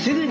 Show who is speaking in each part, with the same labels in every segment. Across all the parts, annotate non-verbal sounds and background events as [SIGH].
Speaker 1: 役立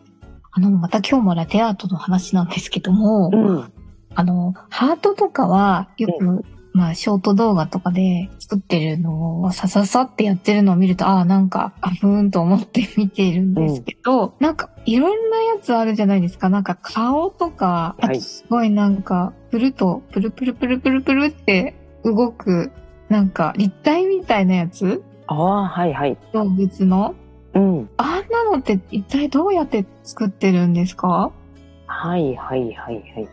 Speaker 2: あの、また今日もラテアートの話なんですけども、あの、ハートとかはよく、まあ、ショート動画とかで作ってるのをさささってやってるのを見ると、ああ、なんか、あふーんと思って見ているんですけど、なんか、いろんなやつあるじゃないですか。なんか、顔とか、
Speaker 1: は
Speaker 2: あと
Speaker 1: い
Speaker 2: すごいなんか、プルと、プルプルプルプルプルって動く、なんか、立体みたいなやつ
Speaker 1: ああはいはい
Speaker 2: 動物の。
Speaker 1: うん
Speaker 2: あんなのって一体どうやって作ってるんですか
Speaker 3: はいはいはいはい。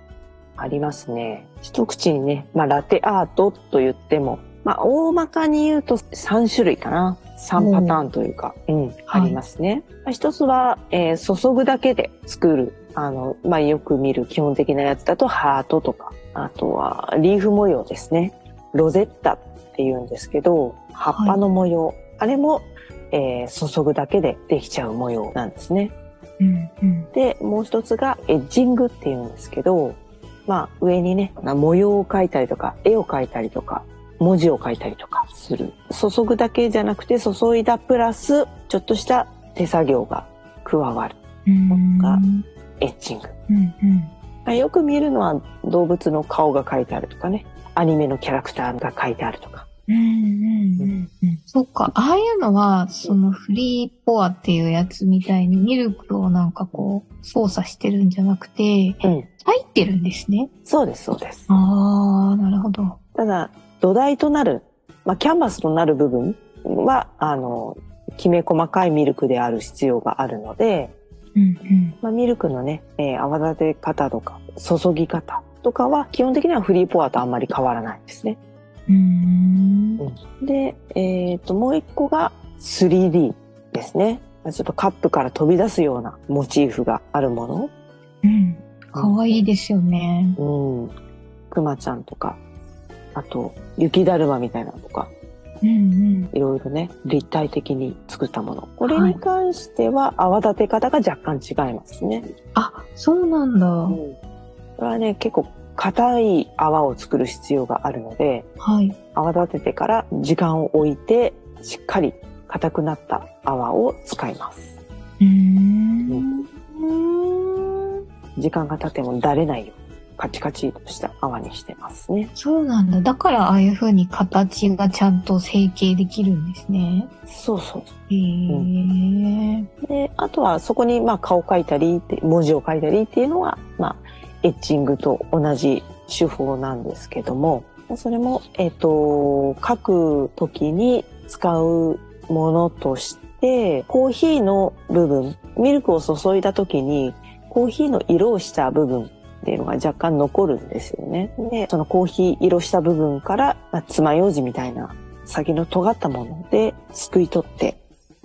Speaker 3: ありますね。一口にね、まあラテアートと言っても、まあ大まかに言うと3種類かな。3パターンというか、うん、ありますね。まあ一つは、えー注ぐだけで作る。あの、まあよく見る基本的なやつだとハートとか、あとはリーフ模様ですね。ロゼッタって言うんですけど、葉っぱの模様。あれも、えー注ぐだけでできちゃう模様なんですね。
Speaker 2: うん、うん。
Speaker 3: で、もう一つがエッジングっていうんですけど、まあ上にね、模様を描いたりとか、絵を描いたりとか、文字を書いたりとかする。注ぐだけじゃなくて、注いだプラス、ちょっとした手作業が加わる。
Speaker 2: うん。
Speaker 3: かエッジング。
Speaker 2: うん、うん。
Speaker 3: まあよく見るのは動物の顔が描いてあるとかね、アニメのキャラクターが描いてあるとか。
Speaker 2: うんうんうんうんそっか、ああいうのは、そのフリーポアっていうやつみたいにミルクをなんかこう操作してるんじゃなくて、
Speaker 3: うん。
Speaker 2: 入ってるんですね。
Speaker 3: そうです、そうです。
Speaker 2: ああ、なるほど。
Speaker 3: ただ、土台となる、まあ、キャンバスとなる部分は、あの、きめ細かいミルクである必要があるので、
Speaker 2: うん
Speaker 3: まあ、ミルクのね、えー泡立て方とか、注ぎ方とかは、基本的にはフリーポアとあんまり変わらないですね。
Speaker 2: うん。うーん。
Speaker 3: で、えっ、と、もう一個が 3D ですね。まあちょっとカップから飛び出すようなモチーフがあるもの。
Speaker 2: うん。かわいいですよね。
Speaker 3: うん。クマちゃんとか、あと、雪だるまみたいなのとか、
Speaker 2: うん
Speaker 3: いろいろね、立体的に作ったもの。これに関しては泡立て方が若干違いますね。
Speaker 2: うん。あ、そうなんだ。は
Speaker 3: これはね、結構硬い泡を作る必要があるので、
Speaker 2: い。
Speaker 3: 泡立ててから時間を置いて、しっかり硬くなった泡を使います。
Speaker 2: うーん。
Speaker 3: 時間が経ってもだれないようにカチカチとした泡にしてますね。
Speaker 2: そうなんだ。だからああいう風に形がちゃんと成形できるんですね。
Speaker 3: そうそう。
Speaker 2: へえ。
Speaker 3: で、あとはそこにまあ顔描いたりって、文字を書いたりっていうのは、まあ、エッチングと同じ手法なんですけども、それも、えっ、と、書く時に使うものとして、コーヒーの部分、ミルクを注いだ時に、コーヒーの色をした部分っていうのが若干残るんですよね。で、そのコーヒー色した部分から、まあ、爪楊枝みたいな先の尖ったものですくい取って、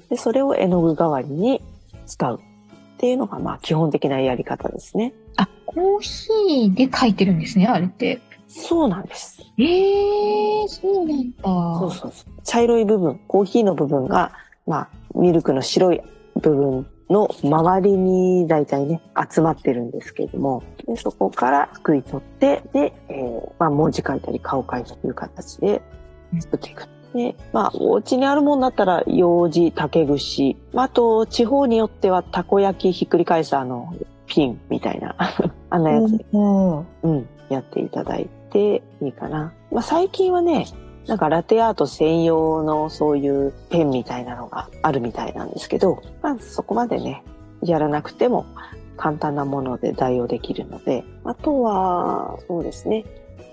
Speaker 3: で、それを絵の具代わりに使うっていうのが、まあ、基本的なやり方ですね。
Speaker 2: あ、コーヒーで書いてるんですね、あれって。
Speaker 3: そうなんです。
Speaker 2: ええー、そうなんだ。
Speaker 3: そうそうそう。茶色い部分、コーヒーの部分が、まあ、ミルクの白い部分の周りに大体ね、集まってるんですけれども、でそこからすくい取って、で、えーまあ、文字書いたり顔書いたりという形で作っていく。で、まあ、お家にあるもんだったら、楊枝、竹串、まあ、あと、地方によっては、たこ焼きひっくり返すあの、ピンみたいな、 [LAUGHS] あんなやつ
Speaker 2: おー
Speaker 3: うん、やっていただいていいかな。まあ、最近はね、なんかラテアート専用のそういうペンみたいなのがあるみたいなんですけど、まあ、そこまでね、やらなくても簡単なもので代用できるので、あとは、そうですね、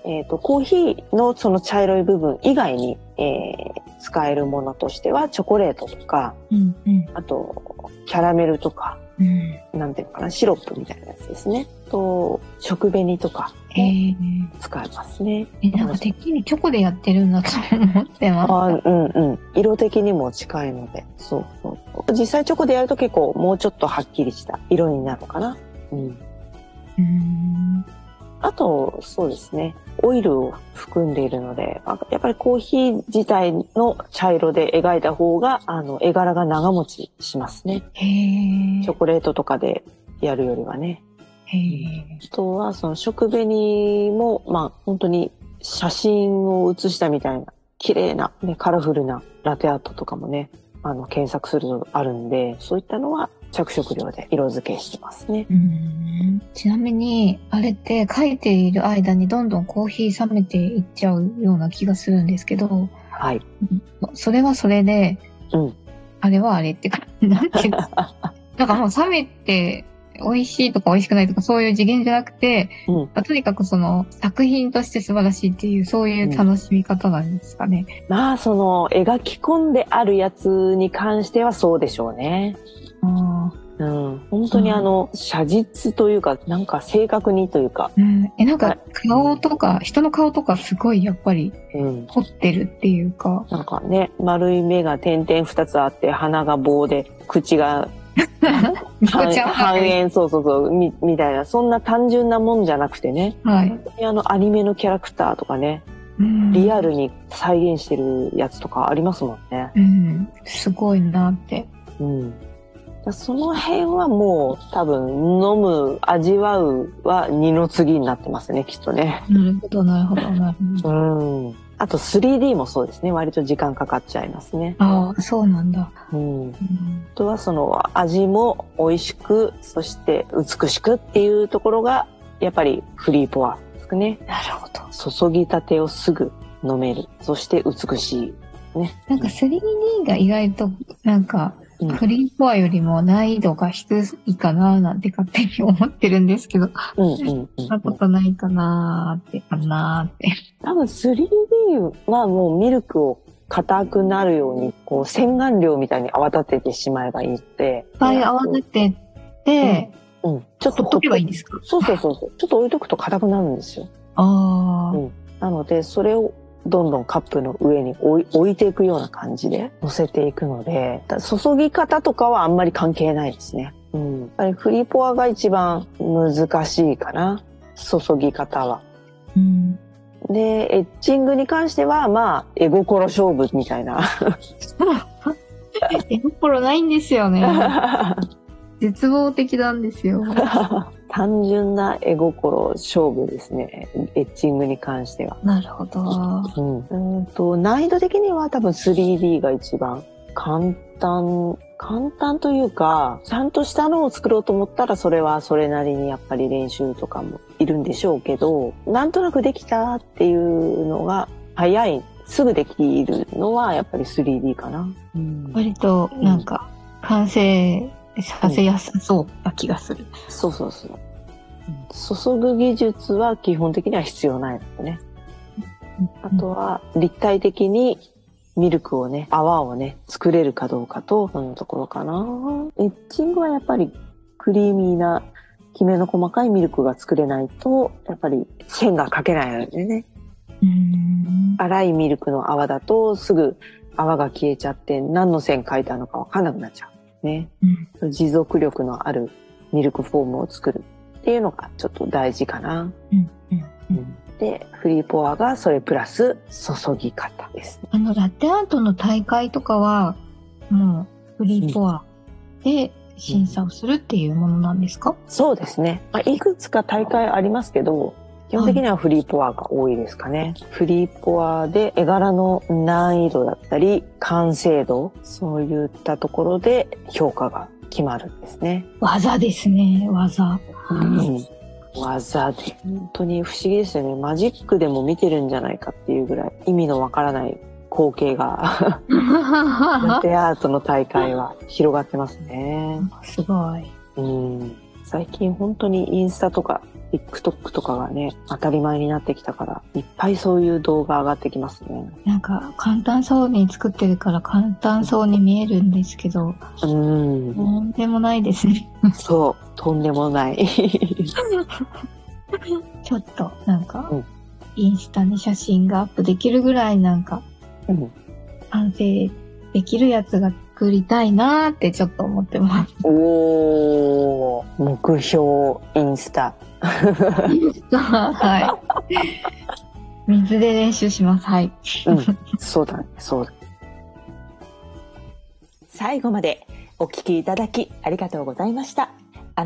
Speaker 3: えっ、と、コーヒーのその茶色い部分以外に、えー使えるものとしては、チョコレートとか、
Speaker 2: うん、うん、
Speaker 3: あと、キャラメルとか、
Speaker 2: うん。
Speaker 3: なんていうのかな、シロップみたいなやつですね。と、食紅とか、
Speaker 2: えー、
Speaker 3: 使えますね。
Speaker 2: えなんかてっきりチョコでやってるんだと思ってま
Speaker 3: あ
Speaker 2: す。
Speaker 3: ーうんうん。色的にも近いので。そうそうそう。実際チョコでやると結構もうちょっとはっきりした色になるのかな。うん。
Speaker 2: うーん。
Speaker 3: あと、そうですね。オイルを含んでいるので、あやっぱりコーヒー自体の茶色で描いた方が、あの、絵柄が長持ちしますね。
Speaker 2: へえ
Speaker 3: チョ。コレートとかでやるよりはね。
Speaker 2: へえ。
Speaker 3: あとは、その食紅も、まあ、本当に写真を写したみたいな、綺麗な、ね、カラフルなラテアートとかもね、あの、検索するとあるんで、そういったのは着色料で色付けしてますね。
Speaker 2: うーんちなみに、あれって書いている間にどんどんコーヒー冷めていっちゃうような気がするんですけど、
Speaker 3: はい。
Speaker 2: それはそれで、
Speaker 3: うん
Speaker 2: あれはあれって [LAUGHS] か、なんて
Speaker 3: [LAUGHS]
Speaker 2: いうのなんかもう冷めて美味しいとか美味しくないとかそういう次元じゃなくて、
Speaker 3: うん
Speaker 2: まあとにかくその作品として素晴らしいっていうそういう楽しみ方なんですかね。
Speaker 3: まあ、その、描き込んであるやつに関してはそうでしょうね。
Speaker 2: あー
Speaker 3: うん。本当にあの、写実というか、なんか正確にというか、
Speaker 2: うん、えなん
Speaker 3: は
Speaker 2: か
Speaker 3: い
Speaker 2: 顔とか、人の顔とかすごいやっぱり
Speaker 3: うん。
Speaker 2: 凝ってるっていうか、
Speaker 3: なんかね、丸い目が点々二つあって、鼻が棒で、口が半
Speaker 2: ごちゃん
Speaker 3: 半円、そうそうそう、み、みたいな、そんな単純なもんじゃなくてね、
Speaker 2: はい。
Speaker 3: 本当にあの、アニメのキャラクターとかね、
Speaker 2: うん
Speaker 3: リアルに再現してるやつとかありますもんね。
Speaker 2: うん、すごいなって。
Speaker 3: うん。その辺はもう、多分、飲む、味わうは二の次になってますね、きっとね。
Speaker 2: なるほど、なるほど、なるほど。
Speaker 3: うん。あと 3D もそうですね、割と時間かかっちゃいますね。
Speaker 2: ああ、そうなんだ。
Speaker 3: うん。
Speaker 2: うん
Speaker 3: あとはその味も美味しく、そして美しくっていうところが、やっぱりフリーポアですね。
Speaker 2: なるほど。
Speaker 3: 注ぎたてをすぐ飲める。そして美しい。ね。
Speaker 2: なんか 3D が意外と、なんか
Speaker 3: うん、
Speaker 2: フリーポアよりも難易度が低いかななんて勝手に思ってるんですけど、
Speaker 3: うんうんうんうん、
Speaker 2: そんなことないかなーって、かなーって。
Speaker 3: 多分 3D はもうミルクを硬くなるように、こう洗顔料みたいに泡立ててしまえばいいって。
Speaker 2: いっぱい泡立てて、
Speaker 3: うん。ちょっと
Speaker 2: ほっとけばいいんですか
Speaker 3: そうそうそうそう。ちょっと置いとくと硬くなるんですよ。
Speaker 2: あ
Speaker 3: うんなので、それをどんどんカップの上に置い置いていくような感じで乗せていくので、だ注ぎ方とかはあんまり関係ないですね。うん。やっぱりフリーポアが一番難しいかな。注ぎ方は。
Speaker 2: あ、うん。
Speaker 3: で、エッチングに関しては、まあ、絵心勝負みたいな。
Speaker 2: エロポロないんですよ [LAUGHS] ね。絶望的なんですよ。
Speaker 3: 単純な絵心勝負ですね。エッチングに関しては。
Speaker 2: なるほど。
Speaker 3: うん、うんと難易度的には多分 3D が一番簡単簡単というかちゃんとしたのを作ろうと思ったらそれはそれなりにやっぱり練習とかもいるんでしょうけどなんとなくできたっていうのが早いすぐできるのはやっぱり 3D かな。うん
Speaker 2: 割となんか完成させやすそうな気がする。
Speaker 3: そうそうそう。注ぐ技術は基本的には必要ないのね。あとは立体的にミルクをね、泡をね、作れるかどうかと、そのところかな。エッチングはやっぱりクリーミーな、きめの細かいミルクが作れないと、やっぱり線が描けないのでね。
Speaker 2: うーん。
Speaker 3: 粗いミルクの泡だとすぐ泡が消えちゃって何の線描いたのかわかんなくなっちゃう。ね。
Speaker 2: うん
Speaker 3: 持続力のあるミルクフォームを作るっていうのがちょっと大事かな。
Speaker 2: うんうん
Speaker 3: うんで、フリーポアがそれプラス注ぎ方ですね。
Speaker 2: あの、ラテアートの大会とかは、もう、フリーポアで審査をするっていうものなんですか、
Speaker 3: そうですね。まあ、いくつか大会ありますけど、基本的にはフリーポアが多いですかね。フリーポアで絵柄の難易度だったり、完成度、そういったところで評価が決まるんですね。
Speaker 2: 技ですね、技。
Speaker 3: うん技で本当に不思議ですよねマジックでも見てるんじゃないかっていうぐらい意味のわからない光景がラテアートの大会は広がってますね、
Speaker 2: [LAUGHS] すごい。
Speaker 3: うん、最近本当にインスタとか TikTok とかがね、当たり前になってきたから、いっぱいそういう動画上がってきますね。
Speaker 2: なんか簡単そうに作ってるから簡単そうに見えるんですけど、
Speaker 3: うん。
Speaker 2: とんでもないですね。 [LAUGHS]
Speaker 3: そう。とんでもない。 [LAUGHS]
Speaker 2: ちょっと、なんか、
Speaker 3: うん
Speaker 2: インスタに写真がアップできるぐらいなんか、
Speaker 3: うん
Speaker 2: 完成できるやつが作りたいなーってちょっと思ってます。
Speaker 3: おー。目標、インスタ。
Speaker 2: はい。水で練習します。はい。
Speaker 3: うん。そうだね。そうだ。最後までお聞きいただきありがとうございました。あ